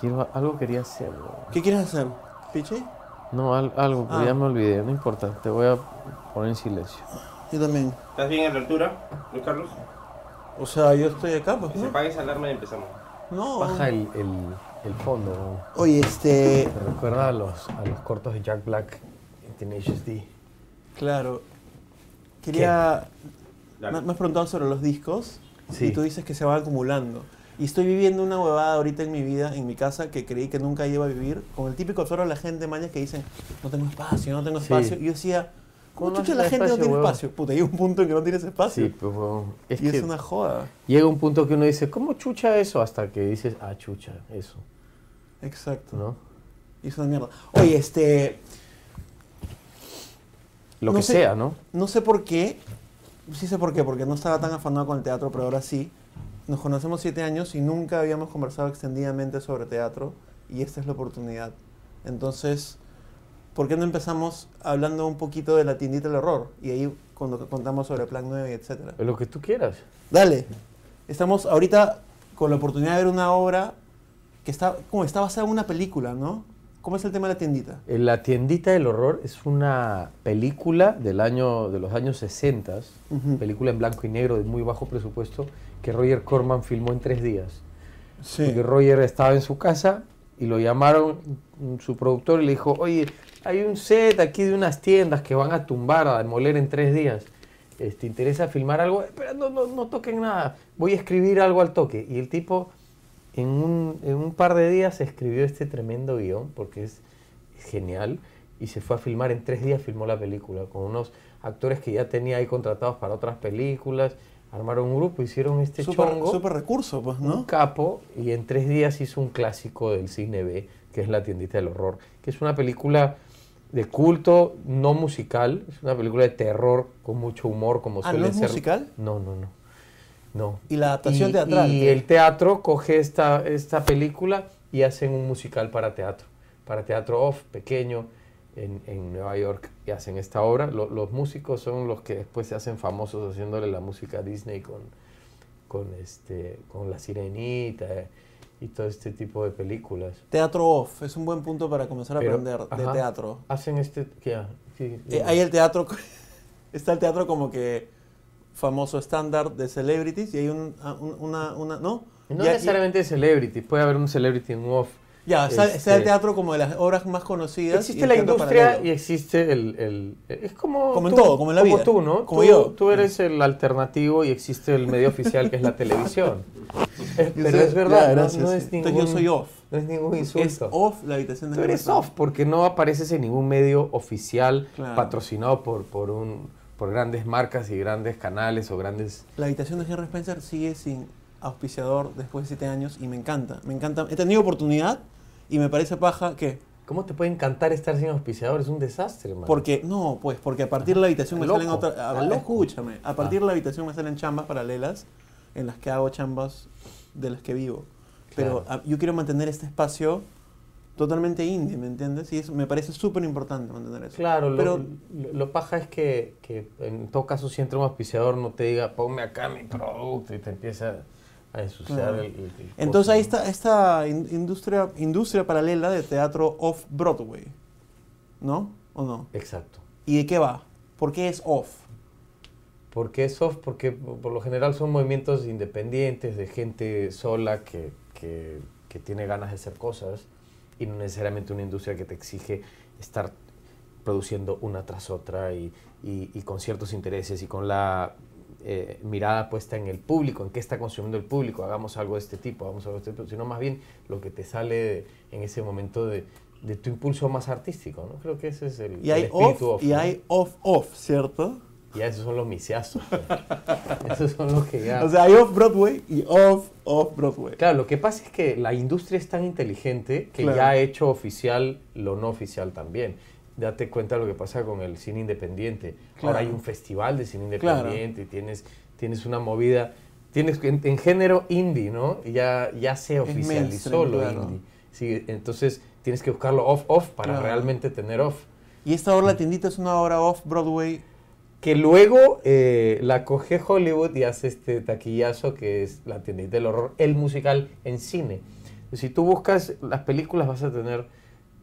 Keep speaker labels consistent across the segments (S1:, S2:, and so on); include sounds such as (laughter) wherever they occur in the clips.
S1: Quiero, algo quería hacer. bro.
S2: ¿Qué quieres hacer? ¿Piche?
S1: No, al- algo, pero
S2: Ah.
S1: ya me olvidé, no importa. Te voy a poner en
S2: (laughs)
S1: silencio.
S2: Yo también.
S3: ¿Estás bien en la altura, Luis Carlos?
S2: O sea, yo estoy acá, pues,
S3: Que se
S2: ¿no?
S3: apague esa alarma y empezamos.
S2: No.
S4: Baja el, el, el fondo. ¿no?
S2: Oye, este...
S4: Me recuerda a los, a los cortos de Jack Black en Tenacious D.
S2: Claro. Quería...
S3: Dale.
S2: Me me has preguntado sobre los discos
S4: Sí.
S2: y tú dices que se van acumulando. Y estoy viviendo una huevada ahorita en mi vida, en mi casa, que creí que nunca iba a vivir, con el típico absurdo de la gente maña que dicen, no tengo espacio, no tengo
S4: Sí.
S2: espacio. Y yo decía, ¿cómo
S1: ¿Cómo no
S2: chucha
S1: vas a
S2: la
S1: tener
S2: gente no
S1: espacio,
S2: tiene
S1: huevón?
S2: espacio? Puta, llega un punto en que no tienes espacio.
S1: Sí, pues, huevón, es
S2: y
S1: que
S2: es una joda.
S1: llega un punto que uno dice, ¿cómo chucha eso? Hasta que dices, ah, chucha, eso,
S2: Exacto.
S1: ¿no?
S2: Y es una mierda. Oye, este,
S1: Lo
S2: No
S1: que
S2: sé.
S1: sea, ¿no?
S2: No sé por qué, sí sé por qué, porque no estaba tan afanado con el teatro, pero ahora sí. Nos conocemos siete años y nunca habíamos conversado extendidamente sobre teatro y esta es la oportunidad. Entonces, ¿por qué no empezamos hablando un poquito de la tiendita del horror? Y ahí cuando contamos sobre Plan 9 y etcétera.
S1: Lo que tú quieras.
S2: Dale, estamos ahorita con la oportunidad de ver una obra que está, como está basada en una película, ¿no? ¿Cómo es el tema de la tiendita?
S1: Eh, La tiendita del horror es una película del año, de los años 60,
S2: Ujú.
S1: película en blanco y negro de muy bajo presupuesto, que Roger Corman filmó en tres días.
S2: Sí.
S1: Porque Roger estaba en su casa y lo llamaron mm, su productor y le dijo, oye, hay un set aquí de unas tiendas que van a tumbar, a demoler en tres días. Este, ¿Te interesa filmar algo? Espera, no, no, no toquen nada. Voy a escribir algo al toque. Y el tipo en un, en un par de días escribió este tremendo guión, porque es genial, y se fue a filmar. En tres días filmó la película, con unos actores que ya tenía ahí contratados para otras películas. Armaron un grupo, hicieron este
S2: Súper
S1: chongo
S2: súper recurso, pues,
S1: un
S2: ¿no?
S1: capo y en tres días hizo un clásico del cine B, que es La tiendita del horror, que es una película de culto, no musical, es una película de terror con mucho humor, como
S2: Ah, ¿no
S1: suele
S2: es
S1: ser.
S2: musical?
S1: No, no, no. No.
S2: Y la adaptación
S1: Y-
S2: teatral.
S1: Y el teatro coge esta, esta película y hacen un musical para teatro, para teatro off, pequeño, en, en Nueva York, y hacen esta obra. Lo- los músicos son los que después se hacen famosos haciéndole la música a Disney con, con, este, con La Sirenita eh, y todo este tipo de películas.
S2: Teatro off es un buen punto para comenzar a
S1: Pero,
S2: aprender de
S1: ajá.
S2: teatro.
S1: Hacen este... ¿qué? Sí,
S2: Eh, hay el teatro, (laughs) está el teatro como que famoso estándar de celebrities y hay un, a- un- una, una, ¿no?
S1: no
S2: Ya-
S1: necesariamente celebrity, puede haber un celebrity en off.
S2: Ya, está, está el
S1: este-
S2: teatro como de las obras más conocidas. y
S1: Existe
S2: el
S1: la
S2: teatro
S1: industria
S2: paralelo.
S1: y existe el, el- Es como.
S2: Como en
S1: tú,
S2: todo, como en la vida.
S1: tú, ¿no?
S2: Como
S1: Tú-
S2: yo.
S1: Tú eres el alternativo y existe el medio oficial que es la televisión. Es-
S2: (laughs) Yo
S1: pero
S2: sé,
S1: es verdad,
S2: ya,
S1: no-
S2: gracias,
S1: no,
S2: sí.
S1: es ningún.
S2: Entonces yo soy off.
S1: No es ningún
S2: Es
S1: insulto.
S2: off la habitación de
S1: Tú
S2: la
S1: eres
S2: persona.
S1: off porque no apareces en ningún medio oficial
S2: Claro.
S1: patrocinado por, por, un, por grandes marcas y grandes canales o grandes.
S2: La habitación de Henry Spencer sigue sin auspiciador después de siete años y me encanta. Me encanta. He tenido oportunidad y me parece paja que
S1: ¿Cómo te puede encantar estar sin auspiciador? Es un desastre, man.
S2: Porque, no, pues, porque a partir de la habitación me
S1: Loco,
S2: salen otras.
S1: está loco. Ah.
S2: Escúchame, a partir de la habitación me salen chambas paralelas en las que hago chambas de las que vivo. Pero ah, yo quiero mantener este espacio totalmente indie, ¿me entiendes? Y eso, me parece súper importante mantener eso.
S1: Claro, lo,
S2: Pero-
S1: lo, lo paja es que, que en todo caso si entra un auspiciador no te diga ponme acá mi producto y te empieza a ensuciar
S2: Claro.
S1: el, el- el coso,
S2: Entonces ahí
S1: ¿no?
S2: está esta in- industria, industria paralela de teatro off-Broadway, ¿no? ¿O no?
S1: Exacto.
S2: ¿Y de qué va? ¿Por qué es off?
S1: ¿Por qué soft? Porque por por lo general son movimientos independientes de gente sola que, que- que tiene ganas de hacer cosas y no necesariamente una industria que te exige estar produciendo una tras otra y, y- y con ciertos intereses y con la eh, mirada puesta en el público, en qué está consumiendo el público, hagamos algo de este tipo, hagamos algo de este tipo, sino más bien lo que te sale de- en ese momento de, de tu impulso más artístico, ¿no? Creo que ese es el,
S2: Y
S1: el
S2: hay off,
S1: espíritu off,
S2: y
S1: ¿no?
S2: hay off-off, ¿cierto?
S1: Ya esos son los misiazos. pues.
S2: (laughs)
S1: esos son los que ya...
S2: O sea, hay off-Broadway y off-off-Broadway.
S1: claro, lo que pasa es que la industria es tan inteligente que
S2: Claro.
S1: ya ha hecho oficial lo no oficial también. Date cuenta lo que pasa con el cine independiente.
S2: Claro.
S1: Ahora hay un festival de cine
S2: Claro.
S1: independiente y tienes, tienes una movida... Tienes en, en género indie, ¿no? Ya, ya se oficializó
S2: mainstream,
S1: lo
S2: claro.
S1: indie. Sí, entonces tienes que buscarlo off-off para
S2: Claro.
S1: realmente tener off.
S2: Y esta obra, La Tiendita, es una obra off-Broadway.
S1: Que luego eh, la coge Hollywood y hace este taquillazo que es La tiendita del horror, el musical en cine. Si tú buscas las películas, vas a tener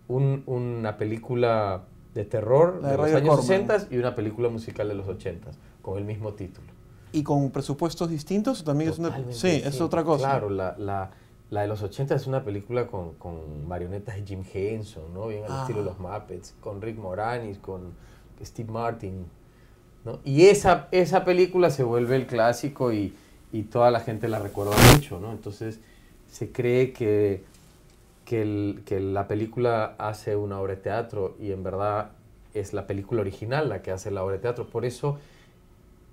S1: un- una película de terror
S2: La de
S1: de, los
S2: Radio
S1: años
S2: Corman.
S1: 60 y una película musical de los 80 con el mismo título.
S2: ¿Y con presupuestos distintos? ¿o También es una...
S1: Totalmente
S2: Sí, es
S1: distinto.
S2: otra cosa.
S1: Claro, la, la- la de los 80 es una película con, con marionetas de Jim Henson, ¿no? Bien al
S2: Ah.
S1: estilo de los Muppets, con Rick Moranis, con Steve Martin, ¿no? Y esa, esa película se vuelve el clásico y, y toda la gente la recuerda mucho, ¿no? Entonces se cree que, que, el- que la película hace una obra de teatro y en verdad es la película original la que hace la obra de teatro. Por eso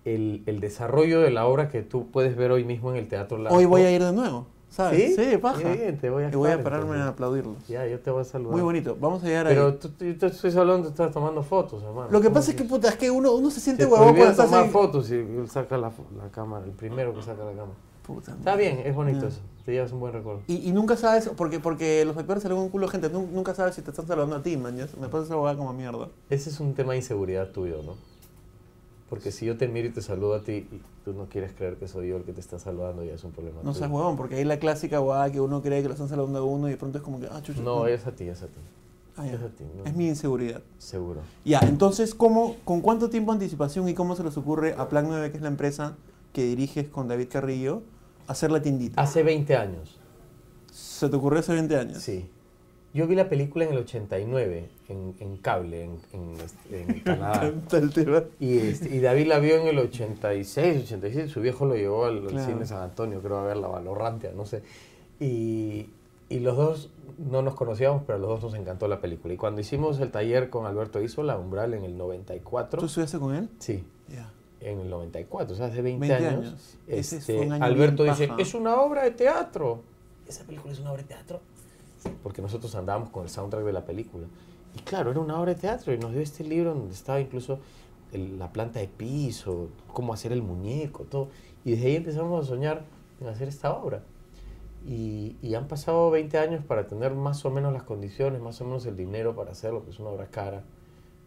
S1: el, el desarrollo de la obra que tú puedes ver hoy mismo en el Teatro Largo.
S2: Hoy voy a ir de nuevo, ¿sabes?
S1: ¿Sí?
S2: Sí, paja.
S1: Muy bien, te voy a
S2: y voy a
S1: actuar,
S2: pararme
S1: entonces.
S2: a aplaudirlos.
S1: Ya, yo te voy a saludar.
S2: Muy bonito. Vamos a llegar ahí.
S1: Pero tú, tú- tú estoy hablando, estás tomando fotos, hermano.
S2: Lo que
S1: ¿Cómo
S2: pasa es que, puta, es que uno, uno se siente
S1: te
S2: huevón cuando
S1: prohibieron
S2: estás
S1: tomar
S2: ahí.
S1: fotos y él saca la, fo- la cámara, el primero que saca la cámara.
S2: Puta
S1: Está
S2: madre.
S1: bien, es bonito
S2: Ya.
S1: eso. Te llevas un buen recuerdo.
S2: Y, y nunca sabes, porque, porque los actores salen un culo de gente, nun- nunca sabes si te están saludando a ti, man. ya. Me pasa esa huevada como mierda.
S1: Ese es un tema de inseguridad tuyo, ¿no? Porque si yo te miro y te saludo a ti y tú no quieres creer que soy yo el que te está saludando, ya es un problema
S2: No
S1: tuyo.
S2: seas huevón, porque ahí la clásica huevada que uno cree que lo están saludando a uno y de pronto es como que, ah, chucha.
S1: No, es a ti, es a ti.
S2: Ah, ya.
S1: es a ti, no.
S2: Es mi inseguridad.
S1: Seguro.
S2: Ya, entonces, ¿cómo, ¿con cuánto tiempo de anticipación y cómo se les ocurre a Plan 9, que es la empresa que diriges con David Carrillo, hacer la tiendita?
S1: Hace 20 años.
S2: ¿Se te ocurrió hace 20 años?
S1: Sí. Yo vi la película en el 89, en, en cable, en, en, este, en Canadá.
S2: Tanta el tema.
S1: Y, este, y David la vio en el 86, 87. Su viejo lo llevó al, al
S2: Claro.
S1: cine San Antonio, creo, a ver la Valorrantia, no sé. Y, y los dos no nos conocíamos, pero a los dos nos encantó la película. Y cuando hicimos el taller con Alberto Isola, Umbral, en el 94.
S2: ¿Tú estudiaste con él?
S1: sí,
S2: Ya.
S1: en el 94, o sea, hace 20,
S2: 20
S1: años.
S2: años. Ese
S1: este,
S2: fue un año
S1: Alberto
S2: bien
S1: dice,
S2: paja.
S1: es una obra de teatro. ¿Esa película es una obra de teatro? Porque nosotros andábamos con el soundtrack de la película. Y claro, era una obra de teatro y nos dio este libro donde estaba incluso el- la planta de piso, cómo hacer el muñeco, todo. Y desde ahí empezamos a soñar en hacer esta obra. Y, y han pasado 20 años para tener más o menos las condiciones, más o menos el dinero para hacerlo, que es una obra cara.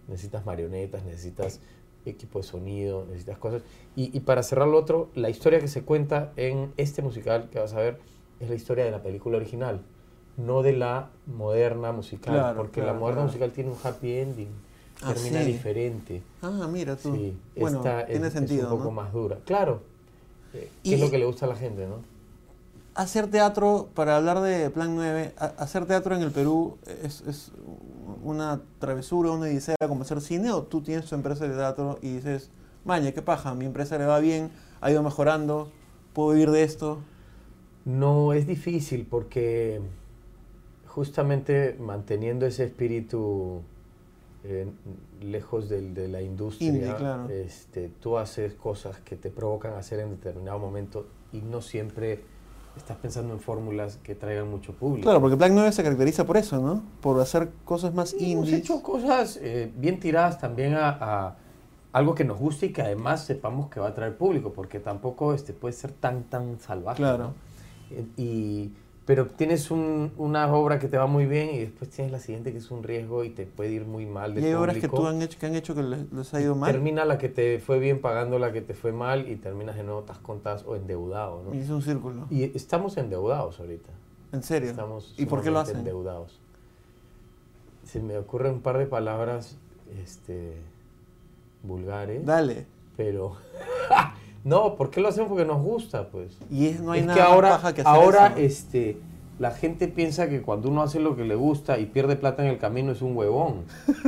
S1: Necesitas marionetas, necesitas equipo de sonido, necesitas cosas. Y, y para cerrar lo otro, la historia que se cuenta en este musical que vas a ver es la historia de la película original, no de la moderna musical,
S2: Claro,
S1: porque
S2: claro,
S1: la moderna
S2: claro.
S1: musical tiene un happy ending,
S2: Ah,
S1: termina
S2: sí.
S1: diferente.
S2: Ah, mira tú.
S1: Sí,
S2: bueno,
S1: esta es-
S2: tiene
S1: es,
S2: sentido,
S1: un poco
S2: ¿no?
S1: más dura. Claro, eh, que
S2: Y-
S1: es lo que le gusta a la gente, ¿no?
S2: Hacer teatro, para hablar de Plan 9, ha- hacer teatro en el Perú es, es una travesura, una odisea como hacer cine, o tú tienes tu empresa de teatro y dices, maña, qué paja, mi empresa le va bien, ha ido mejorando, puedo vivir de esto.
S1: No, es difícil porque justamente manteniendo ese espíritu eh, lejos del- de la industria,
S2: Indie, claro.
S1: este, tú haces cosas que te provocan hacer en determinado momento y no siempre estás pensando en fórmulas que traigan mucho público.
S2: Claro, porque Plan 9 se caracteriza por eso, ¿no? Por hacer cosas más
S1: Sí, hemos
S2: pues, indies.
S1: hecho cosas eh, bien tiradas también a, a algo que nos guste y que además sepamos que va a traer público, porque tampoco este, puede ser tan, tan salvaje.
S2: Claro.
S1: ¿no? Eh, Y, pero tienes un- una obra que te va muy bien y después tienes la siguiente que es un riesgo y te puede ir muy mal. De
S2: Y hay
S1: público.
S2: obras que tú han hecho que han hecho que les, les ha ido mal.
S1: Termina la que te fue bien pagando la que te fue mal y terminas de nuevo estás contas o endeudado. ¿no?
S2: Y es un círculo.
S1: Y estamos endeudados ahorita.
S2: ¿En serio?
S1: Estamos
S2: ¿Y por qué lo
S1: sumamente
S2: hacen?
S1: endeudados. Se me ocurren un par de palabras este, vulgares,
S2: Dale.
S1: pero... (laughs) no, ¿por qué lo hacemos? Porque nos gusta, pues.
S2: Y es, no hay
S1: es
S2: nada
S1: que
S2: más
S1: ahora,
S2: paja que hacer
S1: ahora
S2: eso.
S1: este, la gente piensa que cuando uno hace lo que le gusta y pierde plata en el camino es un huevón.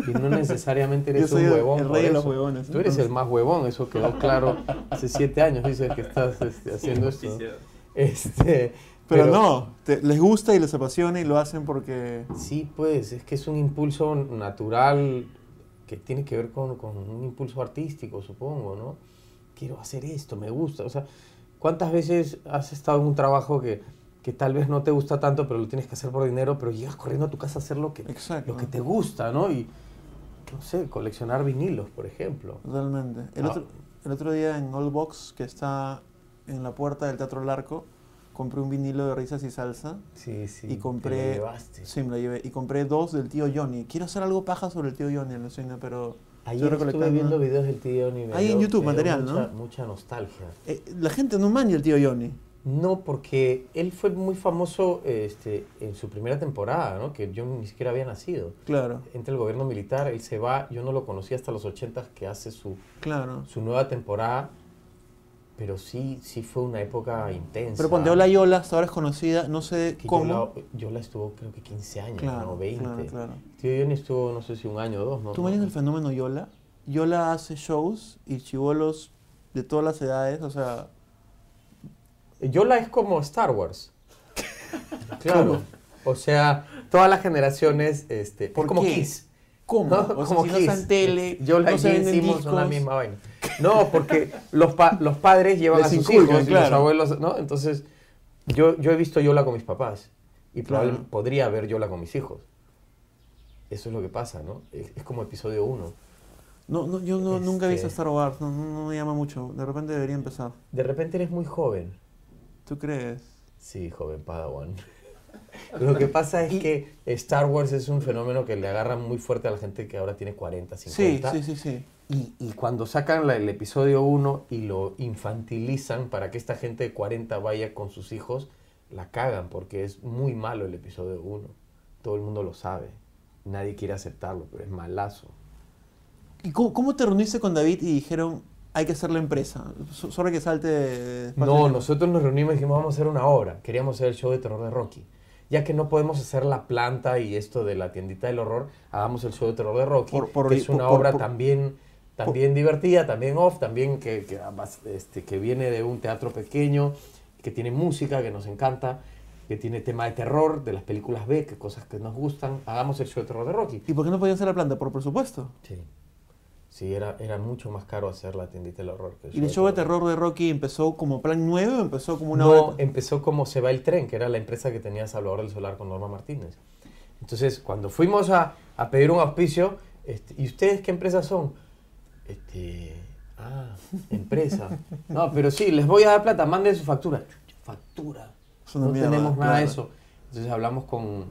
S1: Y no necesariamente
S2: (laughs) Yo
S1: eres
S2: soy
S1: un
S2: el-
S1: huevón.
S2: el
S1: por
S2: rey de
S1: eso.
S2: los huevones,
S1: Tú eres
S2: entonces.
S1: el más huevón, eso quedó
S2: (laughs)
S1: claro hace siete años. Dices que estás este, haciendo esto.
S3: Injusticia.
S1: Este,
S2: Pero, no, te- les gusta y les apasiona y lo hacen porque...
S1: Sí, pues, es que es un impulso natural que tiene que ver con, con un impulso artístico, supongo, ¿no? Quiero hacer esto, me gusta. O sea, ¿cuántas veces has estado en un trabajo que, que tal vez no te gusta tanto, pero lo tienes que hacer por dinero, pero llegas corriendo a tu casa a hacer lo que,
S2: Exacto.
S1: lo que te gusta, ¿no? Y, no sé, coleccionar vinilos, por ejemplo.
S2: Totalmente. El,
S1: Ah.
S2: otro, el otro día en Old Box, que está en la puerta del Teatro Larco, compré un vinilo de risas y salsa.
S1: Sí, sí.
S2: Y compré- Sí, me lo llevé. Y compré dos del tío Johnny. Quiero hacer algo paja sobre el tío Johnny, alucina, pero...
S1: Ayer estuve
S2: recolectando-
S1: viendo videos del tío Johnny. me
S2: Ahí en
S1: dio-
S2: YouTube,
S1: me dio
S2: material,
S1: mucha-
S2: ¿no?
S1: Mucha nostalgia.
S2: Eh, la gente no manja el tío Johnny.
S1: No, porque él fue muy famoso este, en su primera temporada, ¿no? que yo ni siquiera había nacido.
S2: Claro,
S1: Entra el gobierno militar, él se va, yo no lo conocí hasta los 80 que hace su,
S2: claro.
S1: su nueva temporada, pero sí, sí fue una época intensa.
S2: Pero ponte Yola Yola, hasta ahora es conocida, no sé
S1: Que yo
S2: cómo.
S1: la, yo la estuvo creo que 15 años,
S2: Claro,
S1: ¿no? 20.
S2: claro, claro.
S1: Tío Johnny estuvo, no sé si un año o dos, ¿no?
S2: Tú manejas el fenómeno Yola. Yola hace shows y chivolos de todas las edades, o sea,
S1: Yola es como Star
S2: (laughs)
S1: Wars. Claro. O sea, todas las generaciones, este, es
S2: ¿Por
S1: como
S2: qué?
S1: Kiss.
S2: ¿cómo?
S1: ¿no?
S2: O sea,
S1: como
S2: si no
S1: Kiss.
S2: está en tele,
S1: Yola
S2: no
S1: y
S2: se
S1: Kiss
S2: venden
S1: hicimos una
S2: discos.
S1: misma
S2: (laughs)
S1: vaina. No, porque los, pa- los padres llevan
S2: Les
S1: a sus
S2: inculcan,
S1: hijos y los
S2: claro.
S1: abuelos, ¿no? Entonces, yo, yo he visto Yola con mis papás y probable-
S2: Claro.
S1: podría ver Yola con mis hijos. Eso es lo que pasa, ¿no? Es, es como episodio 1.
S2: No, no, yo no, nunca he visto
S1: Este-
S2: Star Wars, no, no, no me llama mucho. De repente debería empezar.
S1: De repente eres muy joven.
S2: ¿Tú crees?
S1: Sí, joven Padawan. (laughs) Lo que pasa es que Star Wars es un fenómeno que le agarra muy fuerte a la gente que ahora tiene 40,
S2: Sí,
S1: 50.
S2: sí, sí, sí.
S1: Y, y cuando sacan la- el episodio 1 y lo infantilizan para que esta gente de 40 vaya con sus hijos, la cagan porque es muy malo el episodio 1. Todo el mundo lo sabe. Nadie quiere aceptarlo, pero es malazo.
S2: ¿Y cómo, cómo te reuniste con David y dijeron, hay que hacer la empresa? So- Sorry que salte... de-
S1: No, nosotros nos reunimos y dijimos, vamos a hacer una obra. Queríamos hacer el show de terror de Rocky. Ya que no podemos hacer la planta y esto de la tiendita del horror, hagamos el show de terror de Rocky,
S2: Por- por-
S1: que es una
S2: por- por-
S1: obra
S2: por-
S1: también, también divertida, también off, también que, que ambas- este, que viene de un teatro pequeño, que tiene música, que nos encanta, que tiene tema de terror, de las películas B, que cosas que nos gustan. Hagamos el show de terror de Rocky.
S2: ¿Y por qué no podían hacer la planta? Por presupuesto.
S1: Sí, sí era, era mucho más caro hacer la tiendita del horror. que
S2: ¿Y el show de terror de Rocky empezó como plan nuevo o empezó como una
S1: no, em,
S2: obra-
S1: empezó como Se va el tren, que era la empresa que tenía Salvador del Solar con Norma Martínez. Entonces, cuando fuimos a, a pedir un auspicio, este, ¿y ustedes qué empresa son? Este, ah, empresa. No, pero sí, les voy a dar plata, manden su factura. Chucha, Factura.
S2: Es una
S1: No
S2: mierda,
S1: tenemos nada de
S2: claro.
S1: eso. Entonces hablamos con,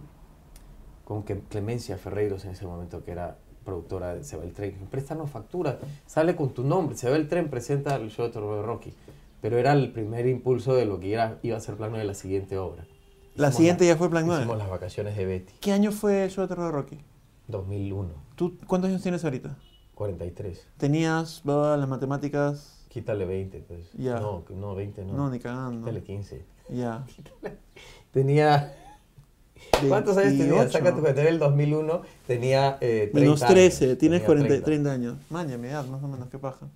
S1: con Cle- Clemencia Ferreiros en ese momento, que era productora de Se va el tren. Dijo, Préstanos factura, sale con tu nombre, Se va el tren, presenta el show de Terror de Rocky. Pero era el primer impulso de lo que era- iba a ser plano de la siguiente obra.
S2: La
S1: Hicimos
S2: siguiente
S1: la-
S2: ya fue plan
S1: Hicimos
S2: nuevo.
S1: las vacaciones de Betty,
S2: ¿Qué año fue el show de terror de Rocky?
S1: 2001,
S2: ¿Tú cuántos años tienes ahorita?
S1: 43.
S2: ¿Tenías bla, las matemáticas?
S1: Quítale 20, pues.
S2: Ya.
S1: No, que- no, 20 no.
S2: No, ni cagando.
S1: Quítale 15.
S2: Ya.
S1: Tenía... (laughs) ¿Cuántos años tenía?
S2: 28.
S1: Saca tu cuenta. Era el 2001, tenía eh, 30
S2: Menos 13,
S1: años.
S2: tienes
S1: Tenía
S2: 40, 30.
S1: 30.
S2: años. Maña, mi edad, más o menos, qué paja.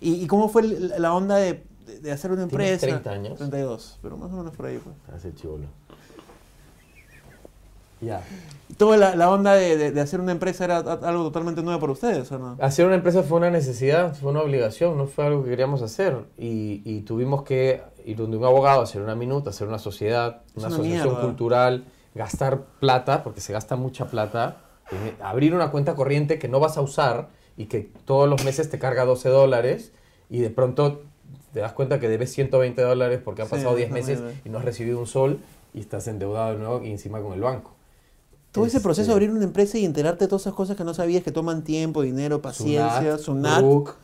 S2: ¿Y, y cómo fue el- la onda de, de- de hacer una
S1: ¿Tienes
S2: empresa?
S1: 30 años?
S2: 32, pero más o menos por ahí, pues.
S1: Hace chivolo. Ya.
S2: ¿Y toda la, la onda de, de- de hacer una empresa era a- algo totalmente nuevo para ustedes, o no?
S1: Hacer una empresa fue una necesidad, fue una obligación, no fue algo que queríamos hacer. Y, y tuvimos que ir donde un abogado, hacer una minuta, hacer una sociedad,
S2: Es
S1: una,
S2: una
S1: asociación
S2: mierda.
S1: cultural, gastar plata, porque se gasta mucha plata, en abrir una cuenta corriente que no vas a usar y que todos los meses te carga 12 dólares y de pronto te das cuenta que debes 120 dólares porque han
S2: Sí,
S1: pasado 10
S2: no
S1: meses
S2: mames.
S1: y no has recibido un sol y estás endeudado de nuevo y encima con el banco.
S2: Todo ese proceso
S1: Este,
S2: de abrir una empresa y enterarte de todas esas cosas que no sabías que toman tiempo, dinero, paciencia,
S1: Sunat,
S2: sunat.
S1: Brook,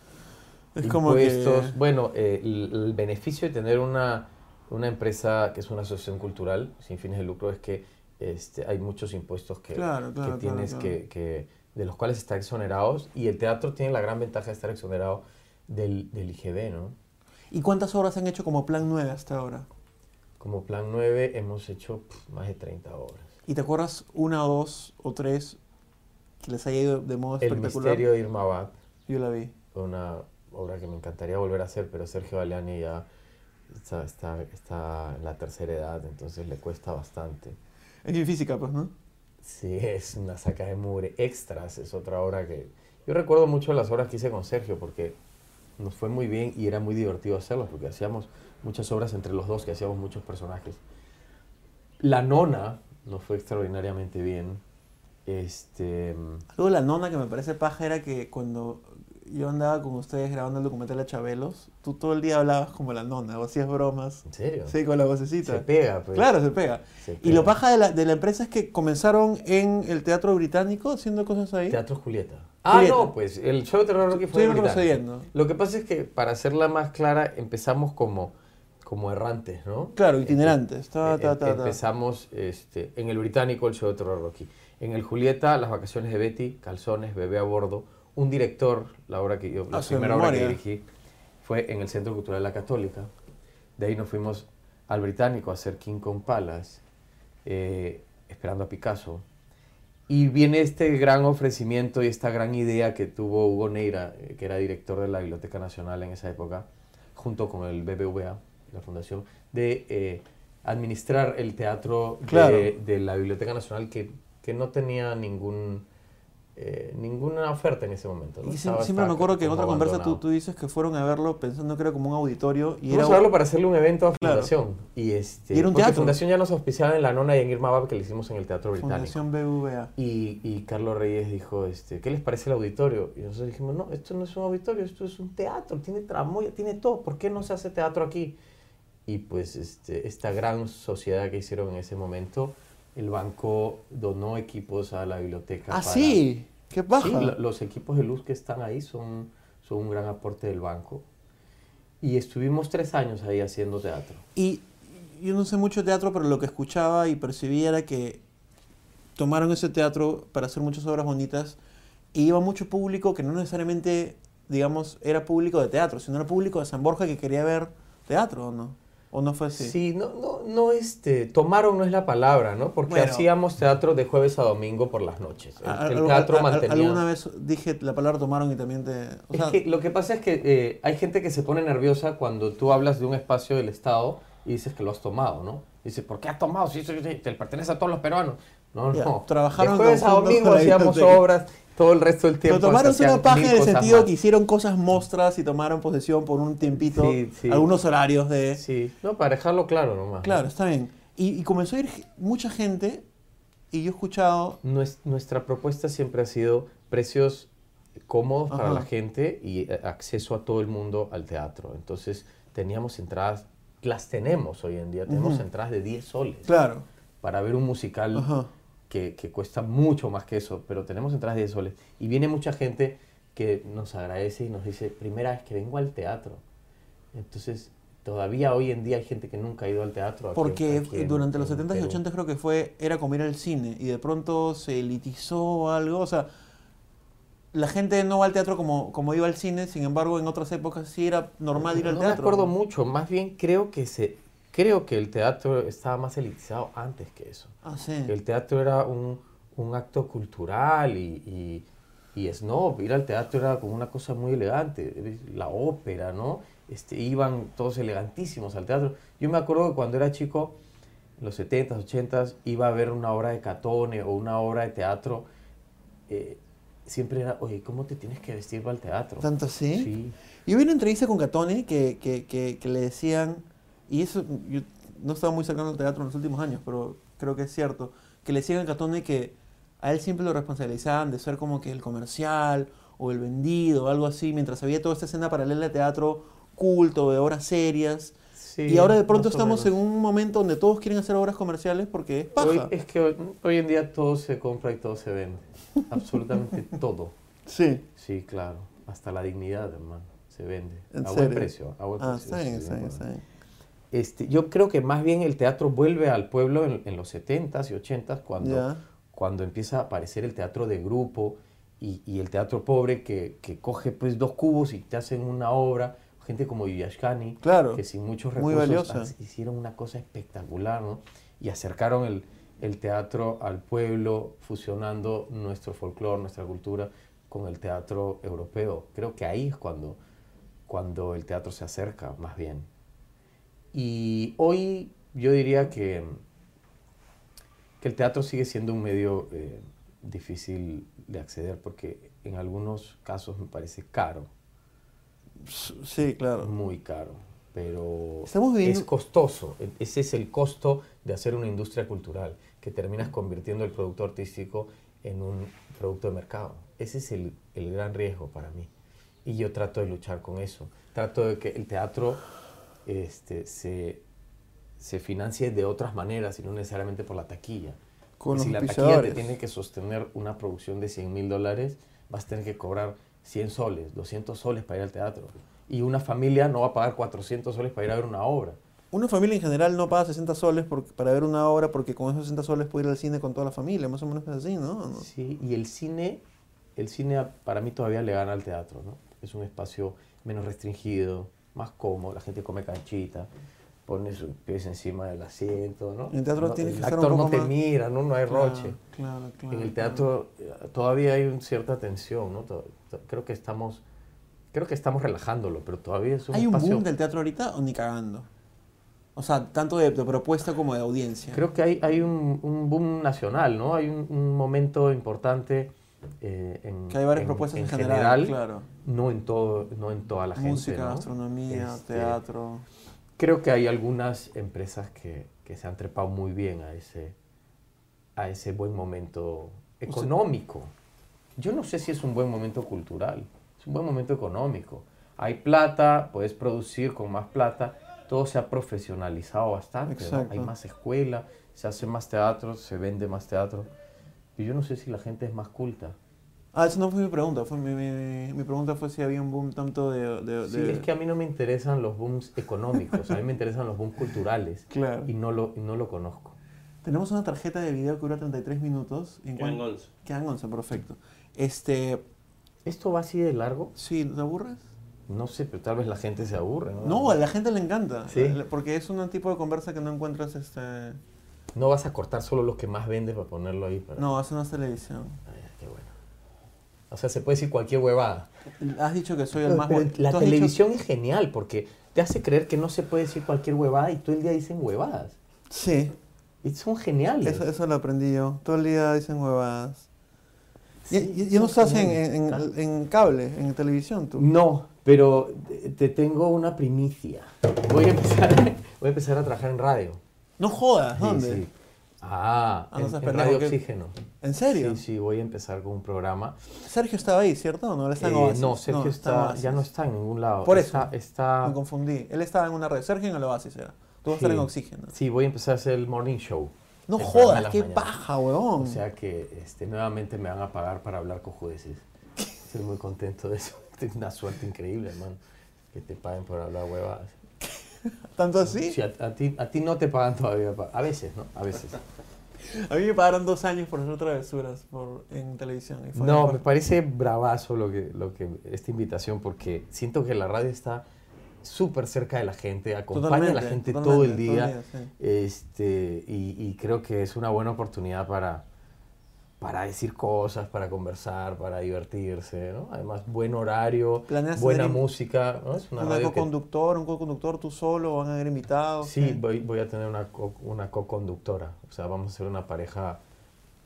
S2: es como
S1: impuestos.
S2: que...
S1: Bueno, eh, el, el beneficio de tener una, una empresa que es una asociación cultural sin fines de lucro es que este, hay muchos impuestos que,
S2: Claro,
S1: que
S2: claro, claro,
S1: tienes
S2: claro.
S1: Que, que- de los cuales está exonerados y el teatro tiene la gran ventaja de estar exonerado del, del IGB, ¿no?
S2: ¿Y cuántas obras han hecho como plan 9 hasta ahora?
S1: Como Plan 9 hemos hecho pf, más de 30 obras.
S2: ¿Y te acuerdas una, dos o tres que les haya ido de modo
S1: El
S2: espectacular?
S1: misterio de Irma Abad,
S2: Yo la vi.
S1: una obra que me encantaría volver a hacer, pero Sergio Galeani ya está, está, está en la tercera edad, entonces le cuesta bastante.
S2: Es bien física, pues, ¿no?
S1: Sí, es una saca de mugre. Extras es otra obra que... Yo recuerdo mucho las obras que hice con Sergio porque nos fue muy bien y era muy divertido hacerlas porque hacíamos muchas obras entre los dos, que hacíamos muchos personajes. La nona nos fue extraordinariamente bien. Este...
S2: Algo de la nona que me parece paja era que cuando yo andaba con ustedes grabando el documental de Chabelos, tú todo el día hablabas como la nona, o hacías bromas.
S1: ¿En serio?
S2: Sí, con la
S1: Se
S2: vocecita.
S1: pega, pues.
S2: Claro, se pega.
S1: Se
S2: Y lo
S1: pega.
S2: paja de la, de la empresa es que comenzaron en el teatro británico haciendo cosas ahí.
S1: Teatro Julieta. Ah,
S2: Julieta.
S1: no, pues el show de terror Rocky fue
S2: Estoy
S1: británico.
S2: retrocediendo.
S1: Lo que pasa es que, para hacerla más clara, empezamos como, como errantes, ¿no? Este,
S2: Claro, itinerantes. ta, ta,
S1: Eh, Em-
S2: ta, ta.
S1: Empezamos este, en el británico, el show de terror Rocky. En el Julieta, las vacaciones de Betty, calzones, bebé a bordo. Un director, la obra que yo, la
S2: Ah, su
S1: primera obra que
S2: memoria.
S1: dirigí, fue en el Centro Cultural de la Católica. De ahí nos fuimos al británico a hacer King Kong Palace, eh, esperando a Picasso. Y viene este gran ofrecimiento y esta gran idea que tuvo Hugo Neira, eh, que era director de la Biblioteca Nacional en esa época, junto con el BBVA, la fundación, de eh, administrar el teatro de-
S2: Claro.
S1: de, la Biblioteca Nacional que, que no tenía ningún, eh, ninguna oferta en ese momento. ¿no?
S2: Y
S1: Estaba-
S2: siempre, siempre me
S1: estaba
S2: acuerdo que en
S1: como
S2: otra conversa tú,
S1: abandonado.
S2: tú dices que fueron a verlo pensando que era como un auditorio y era
S1: Fuimos a verlo para hacerle un evento a
S2: Claro.
S1: Fundación. Y este,
S2: Y era un
S1: porque
S2: teatro.
S1: Fundación ya nos auspiciaba en La Nona y en Irma Bab, que le hicimos en el Teatro Británico.
S2: Fundación BVA.
S1: Y, y Carlos Reyes dijo, este, ¿qué les parece el auditorio? Y nosotros dijimos, no, esto no es un auditorio, esto es un teatro, tiene tramoya, tiene todo, ¿por qué no se hace teatro aquí? Y pues este, esta gran sociedad que hicieron en ese momento, el banco donó equipos a la biblioteca.
S2: Ah,
S1: para-
S2: sí. Qué baja.
S1: Sí, lo- los equipos de luz que están ahí son, son un gran aporte del banco. Y estuvimos tres años ahí haciendo teatro.
S2: Y yo no sé mucho teatro, pero lo que escuchaba y percibía era que tomaron ese teatro para hacer muchas obras bonitas y iba mucho público que no necesariamente, digamos, era público de teatro, sino era público de San Borja que quería ver teatro, ¿o no? ¿O no fue así?
S1: Sí, no, no, no, este, tomaron no es la palabra, ¿no? Porque
S2: Bueno.
S1: hacíamos teatro de jueves a domingo por las noches. El-
S2: A-
S1: El,
S2: algo-
S1: teatro
S2: a- a-
S1: mantenía...
S2: Alguna vez dije la palabra tomaron y también te... o sea,
S1: es que lo que pasa es que eh, hay gente que se pone nerviosa cuando tú hablas de un espacio del Estado y dices que lo has tomado, ¿no? Dice, ¿por qué has tomado? Si eso te, te pertenece a todos los peruanos. No,
S2: Ya,
S1: no.
S2: trabajaron
S1: de jueves a
S2: conjunto
S1: domingo
S2: para ir a
S1: hacíamos
S2: hacer-
S1: obras, todo el resto del tiempo.
S2: Pero tomaron
S1: se
S2: una
S1: hacían
S2: paja
S1: mil
S2: en el
S1: cosas
S2: sentido
S1: más.
S2: que hicieron cosas mostras y tomaron posesión por un tiempito,
S1: Sí, sí.
S2: algunos horarios de...
S1: Sí, no, para dejarlo claro nomás. ¿no?
S2: Claro, está bien. Y, y comenzó a ir ge- mucha gente y yo he escuchado...
S1: Nues- nuestra propuesta siempre ha sido precios cómodos para
S2: Ajá.
S1: la gente y eh, acceso a todo el mundo al teatro. Entonces teníamos entradas, las tenemos hoy en día, tenemos
S2: Ujú.
S1: entradas de 10 soles
S2: Claro.
S1: para ver un musical
S2: Ajá.
S1: que, que cuesta mucho más que eso, pero tenemos entradas de 10 soles. Y viene mucha gente que nos agradece y nos dice, primera vez que vengo al teatro. Entonces, todavía hoy en día hay gente que nunca ha ido al teatro. aquí en-
S2: Porque
S1: aquí en-
S2: durante los
S1: en
S2: 70s y
S1: Perú.
S2: 80s creo que fue, era como ir al cine y de pronto se elitizó algo, o sea, la gente no va al teatro como, como iba al cine, sin embargo en otras épocas sí era normal ir al
S1: no
S2: teatro.
S1: me acuerdo mucho, más bien creo que se creo que el teatro estaba más elitizado antes que eso.
S2: Ah, sí.
S1: Que El teatro era un, un acto cultural y, y, y snob, ir al teatro era como una cosa muy elegante, la ópera, ¿no? Este, iban todos elegantísimos al teatro. Yo me acuerdo que cuando era chico, en los 70s, 80s, iba a ver una obra de Catone o una obra de teatro, eh, siempre era, oye, ¿cómo te tienes que vestir para el teatro?
S2: ¿Tanto así?
S1: Sí.
S2: Yo vi una entrevista con Catone que, que, que, que le decían, y eso yo no estaba muy cercano al teatro en los últimos años, pero creo que es cierto, que le decían a Catone que a él siempre lo responsabilizaban de ser como que el comercial o el vendido o algo así, mientras había toda esta escena paralela de teatro culto, de obras serias.
S1: Sí,
S2: y ahora de pronto
S1: más o
S2: estamos
S1: menos.
S2: en un momento donde todos quieren hacer obras comerciales porque es paja.
S1: Hoy- es que hoy, hoy en día todo se compra y todo se vende. Absolutamente (laughs) todo.
S2: Sí.
S1: Sí, claro. Hasta la dignidad, hermano. Se vende.
S2: ¿En
S1: a buen
S2: serio?
S1: precio. A buen
S2: Ah,
S1: precio,
S2: está bien,
S1: sí,
S2: está bien,
S1: bueno.
S2: está bien.
S1: Este, yo creo que más bien el teatro vuelve al pueblo en, en los 70s y 80s cuando,
S2: Ya.
S1: cuando empieza a aparecer el teatro de grupo y, y el teatro pobre que, que coge pues dos cubos y te hacen una obra. Gente como Yuyashkani,
S2: Claro.
S1: que sin muchos
S2: Muy
S1: recursos
S2: valiosa.
S1: ha- hicieron una cosa espectacular, ¿no? Y acercaron el, el teatro al pueblo, fusionando nuestro folclore, nuestra cultura con el teatro europeo. Creo que ahí es cuando, cuando el teatro se acerca, más bien. Y hoy yo diría que, que el teatro sigue siendo un medio eh, difícil de acceder porque en algunos casos me parece caro,
S2: Sí, claro.
S1: muy caro, pero
S2: Estamos viviendo-
S1: es costoso. E- Ese es el costo de hacer una industria cultural, que terminas convirtiendo el producto artístico en un producto de mercado. Ese es el, el gran riesgo para mí. Y yo trato de luchar con eso. Trato de que el teatro este, se, se financie de otras maneras y no necesariamente por la taquilla.
S2: Con
S1: Y si
S2: los
S1: la taquilla
S2: auspiciadores.
S1: te tiene que sostener una producción de 100 mil dólares, vas a tener que cobrar 100 soles, 200 soles para ir al teatro. Y una familia no va a pagar 400 soles para ir a ver una obra.
S2: Una familia en general no paga 60 soles por- para ver una obra porque con esos 60 soles puede ir al cine con toda la familia, más o menos es así, ¿no? ¿No?
S1: Sí, y el cine, el cine a- para mí todavía le gana al teatro, ¿no? Es un espacio menos restringido, más cómodo, la gente come canchita, pone sus pies encima del asiento, ¿no?
S2: En el teatro
S1: No,
S2: tienes
S1: el
S2: que estar un
S1: actor
S2: poco
S1: no te
S2: más-
S1: mira, ¿no? No hay roche.
S2: Claro, claro, claro.
S1: En el teatro eh, todavía hay un- cierta tensión, ¿no? To- to- Creo que estamos, creo que estamos relajándolo, pero todavía es un
S2: ¿Hay un
S1: espacio...
S2: boom del teatro ahorita o ni cagando? O sea, tanto de, de propuesta como de audiencia.
S1: Creo que hay, hay un, un boom nacional, ¿no? Hay un, un momento importante eh, en,
S2: que hay varias
S1: en-
S2: propuestas en,
S1: en
S2: general, claro.
S1: no en todo no en toda la
S2: Música,
S1: gente ¿no?
S2: gastronomía,
S1: Este,
S2: teatro.
S1: creo que hay algunas empresas que, que se han trepado muy bien a ese a ese buen momento económico yo no sé si es un buen momento cultural es un buen momento económico hay plata puedes producir con más plata todo se ha profesionalizado bastante ¿no?
S2: Exacto.
S1: hay más escuela se hace más teatro se vende más teatro y yo no sé si la gente es más culta
S2: Ah, esa no fue mi pregunta. Fue mi, mi- mi pregunta fue si había un boom tanto de... de-
S1: Sí,
S2: de-
S1: es que a mí no me interesan los booms económicos, a mí me interesan los booms culturales.
S2: (laughs) Claro.
S1: Y no lo, y no lo conozco.
S2: Tenemos una tarjeta de video que dura 33 minutos. ¿En
S3: Quedan
S2: cuán-
S3: 11.
S2: Quedan 11, perfecto. Este,
S1: ¿Esto va así de largo?
S2: sí, ¿te aburres?
S1: No sé, pero tal vez la gente se aburre. No,
S2: No, a la gente le encanta.
S1: Sí.
S2: La- Porque es un tipo de conversa que no encuentras este...
S1: No vas a cortar solo los que más vendes para ponerlo ahí. Para...
S2: No, hace una televisión.
S1: Ay, qué bueno. O sea, se puede decir cualquier huevada.
S2: Has dicho que soy el más...
S1: Pero
S2: guay-
S1: la
S2: tú has dicho-
S1: televisión es genial porque te hace creer que no se puede decir cualquier huevada y todo el día dicen huevadas.
S2: Sí,
S1: Y son geniales.
S2: eso, eso lo aprendí yo. Todo el día dicen huevadas. Y-
S1: Sí,
S2: y, y no
S1: son
S2: estás en,
S1: geniales.
S2: en- en- en cable, en televisión tú.
S1: No, pero te- te tengo una primicia. Voy a empezar, voy a, (laughs) empezar a trabajar en radio.
S2: No jodas,
S1: Sí,
S2: ¿dónde?
S1: sí. Ah,
S2: Ah, no
S1: en,
S2: seas
S1: en
S2: pendejo,
S1: Radio
S2: ¿qué?
S1: Oxígeno.
S2: ¿En serio?
S1: Sí, sí, voy a empezar con un programa.
S2: Sergio estaba ahí, ¿cierto? No, él está en
S1: Eh,
S2: Oasis.
S1: no, Sergio
S2: está en
S1: está,
S2: Oasis.
S1: ya no está en ningún lado.
S2: Por
S1: Está,
S2: eso.
S1: está-
S2: Me confundí. Él estaba en una red. Sergio en el Oasis era. Tú vas a estar
S1: Sí.
S2: en Oxígeno.
S1: Sí, voy a empezar a hacer el morning show.
S2: No
S1: El programa de
S2: jodas,
S1: las
S2: qué
S1: mañanas.
S2: paja, huevón.
S1: O sea que este, nuevamente me van a pagar para hablar con
S2: (laughs)
S1: jueces. Estoy muy contento de eso. (laughs) Tengo una suerte increíble, hermano. Que te paguen por hablar huevadas.
S2: ¿Tanto así?
S1: Sí, a, a ti, a ti no te pagan todavía. pa- A veces, ¿no? A veces.
S2: A mí me pagaron dos años por hacer travesuras por, en televisión. y (laughs) fue
S1: No,
S2: mejor.
S1: me parece bravazo lo que, lo que, esta invitación porque siento que la radio está súper cerca de la gente, acompaña a la
S2: Totalmente,
S1: gente todo el
S2: totalmente,
S1: día.
S2: sí.
S1: este, y, y creo que es una buena oportunidad para, para decir cosas, para conversar, para divertirse. ¿no? Además, buen horario,
S2: ¿Planeas
S1: buena
S2: tener in-
S1: música. ¿no? Es una
S2: Un
S1: radio que-
S2: co-conductor, un co-conductor, tú solo, van a haber invitados.
S1: Sí,
S2: ¿qué?
S1: voy, voy a tener una co- una co-conductora. o sea, vamos a ser una pareja.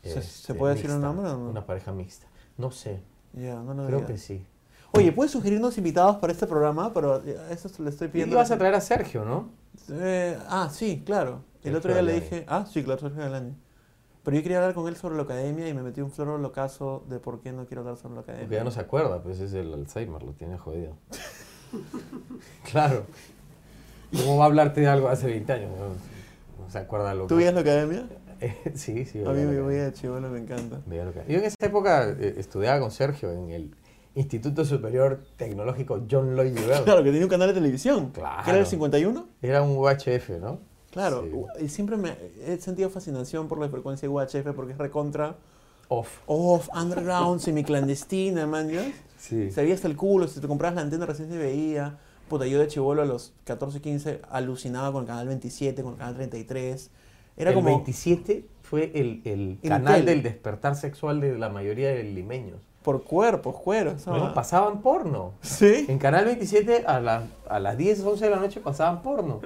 S1: este,
S2: ¿Se- se puede decir el
S1: mixta,
S2: nombre o no?
S1: Una pareja mixta. No sé,
S2: Ya, no lo
S1: creo
S2: digas.
S1: que sí.
S2: Oye, ¿puedes sugerirnos invitados para este programa? Pero eh, eso le estoy
S1: Y
S2: pidiendo.
S1: vas a traer a Sergio, ¿no?
S2: Eh, ah, sí, claro. El
S1: Sergio
S2: otro día le
S1: Galani.
S2: dije, ah, sí, claro, Sergio Galani. Pero yo quería hablar con él sobre la academia y me metí un floro locazo de por qué no quiero hablar sobre la
S1: Porque ya
S2: academia.
S1: no se acuerda, pues es el Alzheimer, lo tiene jodido. (laughs) claro. ¿Cómo va a hablarte de algo hace 20 años? No, no se acuerda lo que...
S2: ¿Tú veías la academia?
S1: (laughs) sí, sí.
S2: A mí
S1: veía
S2: me
S1: lo
S2: voy
S1: que-
S2: a chivolo, me encanta.
S1: veía lo que- Yo en esa época eh, estudiaba con Sergio en el Instituto Superior Tecnológico John Lloyd Webber.
S2: Claro, que tenía un canal de televisión.
S1: Claro.
S2: ¿Que era el 51?
S1: Era un UHF, ¿no?
S2: Claro.
S1: Sí.
S2: U- Y siempre me he sentido fascinación por la frecuencia UHF porque es recontra
S1: Off.
S2: off, underground, semiclandestina, man. ¿ya?
S1: Sí.
S2: Se veía hasta el culo, si te comprabas la antena recién se veía. Puta, yo de chivolo a los 14, 15 alucinaba con el canal 27, con el canal 33. Era
S1: el
S2: como.
S1: 27 fue el, el
S2: El
S1: canal
S2: tele.
S1: del despertar sexual de la mayoría de limeños.
S2: Por cuerpos, cueros.
S1: ¿no? Pasaban porno.
S2: Sí.
S1: En Canal 27 a, las a las 10, 11 de la noche pasaban porno.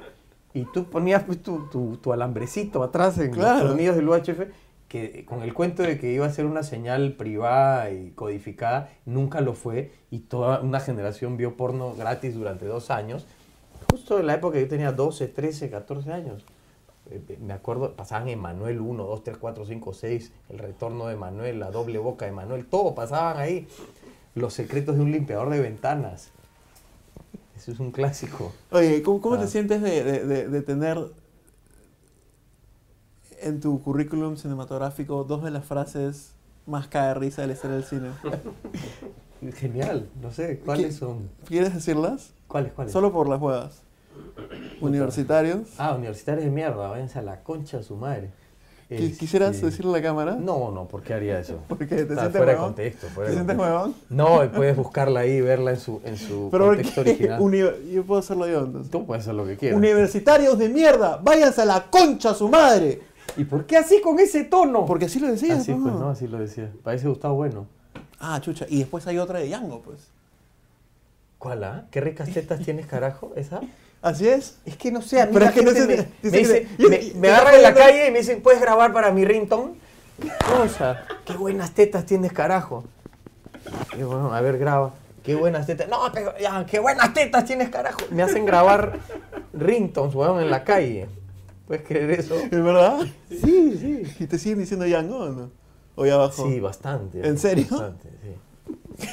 S1: Y tú ponías pues, tu, tu- tu alambrecito atrás en
S2: Claro.
S1: los tornillos del UHF, que con el cuento de que iba a ser una señal privada y codificada, nunca lo fue. Y toda una generación vio porno gratis durante dos años. Justo en la época que yo tenía 12, 13, 14 años. Eh, eh, Me acuerdo, pasaban Emanuel 1, 2, 3, 4, 5, 6, el retorno de Manuel, la doble boca de Manuel, todo pasaban ahí. Los secretos de un limpiador de ventanas. Eso es un clásico.
S2: Oye, ¿cómo, cómo
S1: Ah.
S2: te sientes de, de- de- de tener en tu currículum cinematográfico dos de las frases más cae de risa del estar del
S1: (laughs)
S2: cine?
S1: Genial, no sé, ¿cuáles
S2: ¿Qué?
S1: son?
S2: ¿Quieres decirlas?
S1: ¿Cuáles, cuáles?
S2: Solo por las huevas. universitarios.
S1: Ah, universitarios de mierda, váyanse a la concha de su madre.
S2: Qui- ¿Quisieras
S1: Este,
S2: decirle a la cámara?
S1: No, no, ¿por qué haría
S2: (laughs)
S1: eso?
S2: Porque te
S1: Está
S2: sientes
S1: fuera de
S2: huevón.
S1: contexto. fuera de
S2: ¿Te sientes
S1: contexto.
S2: huevón?
S1: No, y puedes buscarla ahí y verla en su, en su
S2: (laughs) Pero ¿por
S1: contexto
S2: qué?
S1: original.
S2: (laughs) Uni- yo puedo hacerlo yo entonces.
S1: Tú puedes hacer lo que quieras.
S2: Universitarios de mierda, váyanse a la concha a su madre.
S1: ¿Y por qué así con ese tono?
S2: Porque así lo decías,
S1: así
S2: ¿no?
S1: pues, no, así lo decía. Parece Gustavo Bueno.
S2: Ah, chucha. Y después hay otra de Django, pues.
S1: ¿Cuál, ah? ¿Qué ricas tetas tienes, carajo? ¿Esa?
S2: Así es.
S1: Es que no sé, a mí
S2: Pero
S1: la
S2: es que no
S1: gente me,
S2: sé, dice
S1: me
S2: que-
S1: dice-
S2: y- (laughs)
S1: me-
S2: y-
S1: me
S2: y-
S1: agarran en la
S2: no-
S1: calle y me dicen, ¿puedes grabar para mi ringtone? Cosa, qué buenas tetas tienes, carajo. Y bueno, a ver, graba. Qué buenas tetas. No, pero ya, qué buenas tetas tienes, carajo. Me hacen grabar ringtones, weón, en la calle. ¿Puedes creer eso?
S2: ¿Es verdad?
S1: Sí, sí.
S2: (laughs) ¿Y te siguen diciendo Django o no? O ya abajo.
S1: Sí, bastante.
S2: ¿En serio?
S1: Bastante, sí.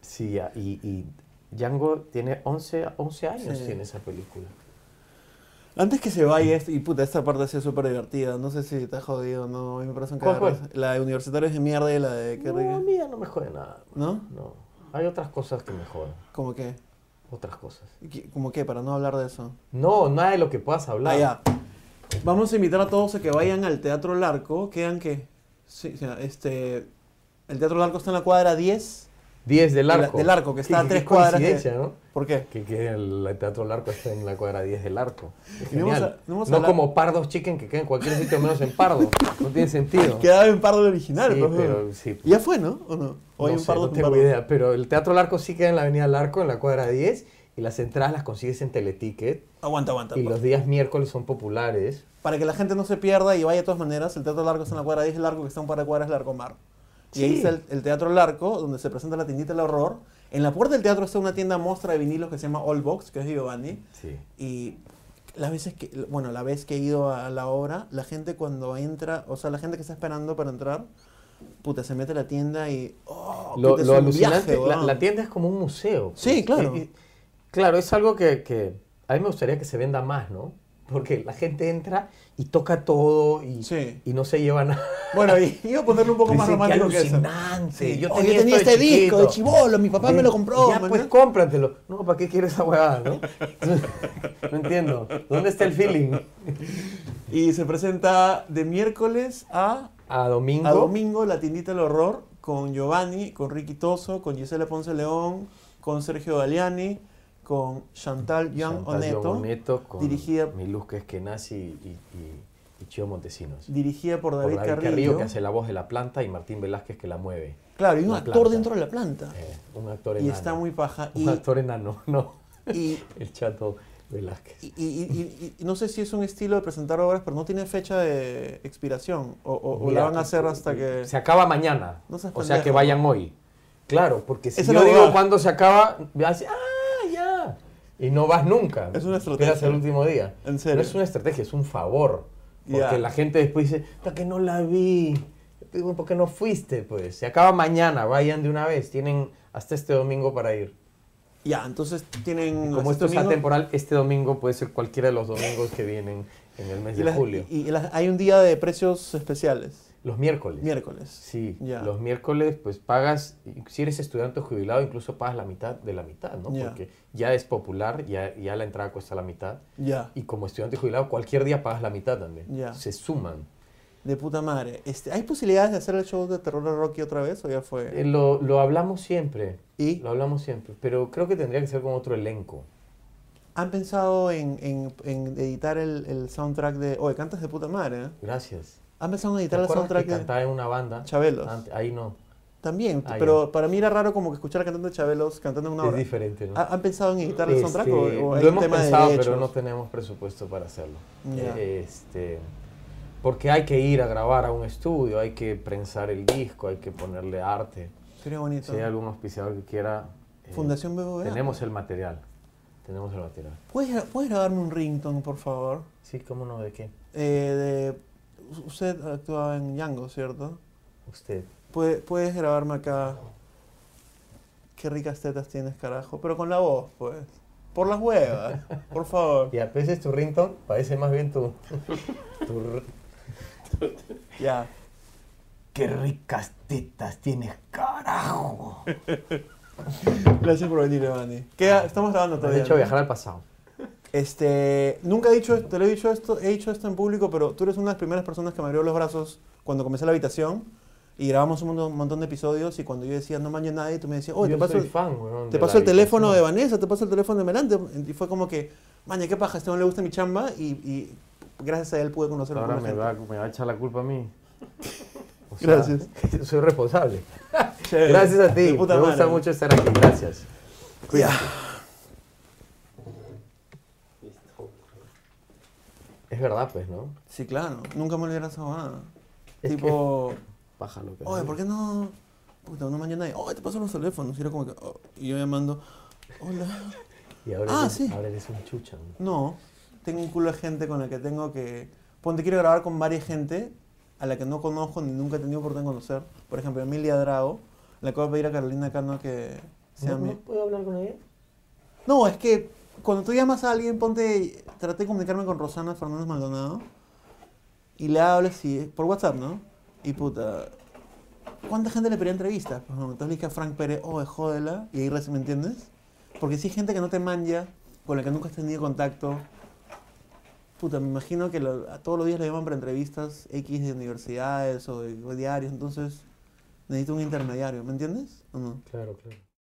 S1: Sí, ya, y, y Django tiene 11, 11 años,
S2: Sí.
S1: tiene esa película.
S2: Antes que se vaya esto, y puta, esta parte ha sido súper divertida. No sé si está jodido o no. A mí me parece un
S1: ¿Cuál fue?
S2: cagarro. La de universitarios de mierda y la de qué
S1: No, a
S2: rica.
S1: mí ya no me jode nada.
S2: ¿No?
S1: No, hay otras cosas que me joden.
S2: ¿Cómo qué?
S1: Otras cosas.
S2: ¿Qué- ¿Cómo qué? Para no hablar de eso.
S1: No, nada de lo que puedas hablar.
S2: Ah, ya. Vamos a invitar a todos a que vayan al Teatro Larco. ¿Quedan qué? Sí, o sea, este. El Teatro Larco está en la cuadra 10.
S1: 10 del arco.
S2: Del arco, que está a
S1: Qué-
S2: tres
S1: qué
S2: cuadras de-
S1: coincidencia, ¿no?
S2: ¿Por qué?
S1: Que, que el Teatro del Arco está en la cuadra 10 del arco. Es
S2: Y no hemos
S1: genial.
S2: a- no
S1: No,
S2: hemos hablado-
S1: como pardos chicken que queda en cualquier sitio menos en pardo. No tiene
S2: (laughs)
S1: sentido.
S2: Quedaba en Pardo el original,
S1: Sí,
S2: pues,
S1: pero sí.
S2: Ya fue, ¿no? ¿O no? O hay
S1: no
S2: un
S1: sé,
S2: Pardo
S1: no
S2: con
S1: tengo
S2: Pardo.
S1: idea. Pero el Teatro del Arco sí queda en la avenida del arco, en la cuadra 10. Y las entradas las consigues en Teleticket.
S2: Aguanta, aguanta.
S1: Y los días miércoles son populares.
S2: Para que la gente no se pierda y vaya de todas maneras, el Teatro Larco está en la cuadra 10 del Arco, que está un par de cuadras del Arco Mar. Y ahí
S1: Sí.
S2: está el, el Teatro Larco, donde se presenta la tiendita del horror. En la puerta del teatro está una tienda mostra de vinilos que se llama All Box, que es de Giovanni.
S1: Sí.
S2: Y las veces que, bueno, la vez que he ido a la obra, la gente cuando entra, o sea, la gente que está esperando para entrar, puta, se mete a la tienda y, oh,
S1: lo,
S2: puta, es
S1: lo
S2: un
S1: alucinante,
S2: viaje,
S1: la,
S2: weón.
S1: la tienda es como un museo. pues.
S2: Sí, claro.
S1: Y- y- claro, es algo que, que a mí me gustaría que se venda más, ¿no? Porque la gente entra y toca todo y,
S2: Sí.
S1: y no se lleva nada.
S2: Bueno, y (laughs) iba a ponerle un poco más
S1: Dicen, "Qué
S2: romántico que eso.
S1: alucinante, yo
S2: Oh,
S1: tenía esto de
S2: este disco de
S1: chiquito".
S2: chivolo, mi papá me lo compró.
S1: Ya,
S2: man,
S1: pues
S2: ¿no?
S1: cómpratelo. No, ¿para qué quieres esa huevada, no? (laughs) no entiendo. ¿Dónde está el feeling?
S2: Y se presenta de miércoles a,
S1: A domingo.
S2: a domingo la tiendita del horror con Giovanni, con Ricky Toso, con Gisela Ponce León, con Sergio Galeani, con
S1: Chantal
S2: Chantal Young
S1: Young
S2: Oneto,
S1: Oneto con
S2: dirigida-
S1: mi luz que es que nace y, y, y Chio Montesinos.
S2: dirigida por
S1: Por
S2: David,
S1: David Carrillo,
S2: Carrillo.
S1: que hace la voz de la planta y Martín Velázquez que la mueve.
S2: Claro, y un
S1: la
S2: actor
S1: planta.
S2: dentro de la planta.
S1: Eh, un actor
S2: y
S1: enano.
S2: está muy paja. Y,
S1: Un actor enano, (laughs) no.
S2: y-
S1: El chato Velázquez.
S2: y- y- y- y no sé si es un estilo de presentar obras, pero no tiene fecha de expiración. O, o- o
S1: Mira, eh,
S2: la van a hacer hasta que...
S1: Se acaba mañana.
S2: No seas
S1: o sea que
S2: pendejo.
S1: vayan hoy. Claro, porque si
S2: Esa
S1: yo
S2: es la
S1: digo
S2: huevada.
S1: cuándo se acaba, vas, ah, ya. Y no vas nunca.
S2: Es una
S1: Esperas
S2: estrategia.
S1: el último día.
S2: En serio.
S1: No es una estrategia, es un favor. Porque
S2: Ya.
S1: la gente después dice, "Puta, que no la vi. Digo, ¿Por qué no fuiste? Pues se acaba mañana, vayan de una vez. Tienen hasta este domingo para ir.
S2: Ya, entonces tienen...
S1: Como
S2: hasta
S1: esto es
S2: domingo.
S1: atemporal, este domingo puede ser cualquiera de los domingos que vienen en el mes
S2: Y,
S1: de
S2: las-
S1: julio.
S2: y- y las- hay un día de precios especiales.
S1: los miércoles.
S2: Miércoles.
S1: Sí,
S2: Ya.
S1: los miércoles pues pagas, y si eres estudiante o jubilado, incluso pagas la mitad de la mitad, ¿no?
S2: Ya.
S1: Porque ya es popular, ya, ya la entrada cuesta la mitad.
S2: Ya.
S1: Y como estudiante jubilado, cualquier día pagas la mitad también.
S2: Ya.
S1: Se suman.
S2: De puta madre. Este, ¿Hay posibilidades de hacer el show de terror de Rocky otra vez o ya fue?
S1: Eh, lo, lo hablamos siempre,
S2: ¿Y?
S1: lo hablamos siempre, pero creo que tendría que ser con otro elenco.
S2: ¿Han pensado en, en- en editar el, el soundtrack de... Oye, cantas de puta madre, ¿eh?
S1: Gracias.
S2: ¿Han pensado en
S1: ¿Te
S2: editar el
S1: acuerdas
S2: soundtrack
S1: que
S2: de...
S1: cantaba en una banda?
S2: Chabelos.
S1: Ante- Ahí no.
S2: También,
S1: Ah,
S2: pero para mí era raro como que escuchar al cantante Chabelos cantando en una
S1: Es
S2: obra.
S1: diferente, ¿no?
S2: ¿Ha- ¿Han pensado en editar el soundtrack
S1: Este,
S2: o, o hay
S1: lo
S2: un
S1: hemos
S2: tema
S1: pensado,
S2: de
S1: pero
S2: derechos?
S1: no tenemos presupuesto para hacerlo.
S2: Ya.
S1: Eh, Este, porque hay que ir a grabar a un estudio, hay que prensar el disco, hay que ponerle arte.
S2: Sería bonito.
S1: Si hay algún auspiciador que quiera, eh,
S2: Fundación BBVA.
S1: tenemos el material. Tenemos el material.
S2: ¿Puedes, gra- ¿Puedes grabarme un ringtone, por favor?
S1: Sí, cómo no, ¿de qué?
S2: Eh, de- usted actuaba en Django, ¿cierto?
S1: Usted.
S2: Puede- puedes grabarme acá. Qué ricas tetas tienes, carajo. Pero con la voz, pues. Por las huevas,
S1: (laughs)
S2: por favor.
S1: Y a veces tu ringtone parece más bien tu... (laughs) tu r-
S2: Ya.
S1: ¡Qué ricas tetas tienes, carajo!
S2: Gracias por venir, Evani. Queda- Estamos grabando
S1: Me has
S2: todavía.
S1: hecho
S2: ¿no?
S1: viajar al pasado.
S2: Este, nunca he dicho, te lo he dicho esto, he dicho esto en público, pero tú eres una de las primeras personas que me abrió los brazos cuando comencé la habitación y grabamos un montón, un montón de episodios y cuando yo decía no manches nadie, tú me decías, oye,
S1: Yo
S2: te paso,
S1: soy
S2: el-
S1: fan, weón,
S2: te
S1: de
S2: paso
S1: la
S2: el teléfono de
S1: habitación.
S2: Vanessa, te paso el teléfono de Melante y fue como que, maña, qué paja, a este no le gusta mi chamba y, y gracias a él pude conocer a
S1: Ahora
S2: alguna
S1: me
S2: gente.
S1: va, me va a echar la culpa a mí. O
S2: Gracias.
S1: (laughs) Soy responsable.
S2: (laughs) Chévere.
S1: Gracias a ti.
S2: (laughs) De
S1: Me
S2: puta
S1: gusta
S2: madre.
S1: mucho estar aquí. Gracias.
S2: Ya.
S3: Listo.
S1: Es verdad, pues, ¿no?
S2: Sí, claro, nunca me olvidaré esa nada.
S1: Es
S2: tipo,
S1: Bájalo. que-
S2: Oye, ¿por qué no? Puta, no mañana nadie. Oye, te paso los teléfonos. Y era como que. oh, y yo llamando. Hola. (laughs)
S1: Y ahora,
S2: Ah,
S1: eres,
S2: sí.
S1: ahora eres un chucha. ¿no?
S2: No, tengo un culo de gente con la que tengo que. Ponte, quiero grabar con varias gente a la que no conozco ni nunca he tenido oportunidad de conocer. Por ejemplo, Emilia Drago. Le acabo de pedir a Carolina Cano que sea
S1: ¿No,
S2: mi.
S1: no puedo hablar con ella?
S2: No, es que cuando tú llamas a alguien, ponte, traté de comunicarme con Rosana Fernández Maldonado y le hablas y, por WhatsApp, ¿no? Y puta, ¿cuánta gente le pedía entrevistas? Pues, bueno, entonces le dije a Frank Pérez, oh, jódela, y ahí recién me entiendes. Porque si hay gente que no te manja, con la que nunca has tenido contacto, puta, me imagino que lo- a todos los días le llaman para entrevistas X de universidades o de o diarios, entonces necesito un intermediario, ¿me entiendes? ¿O no?
S1: Claro, claro.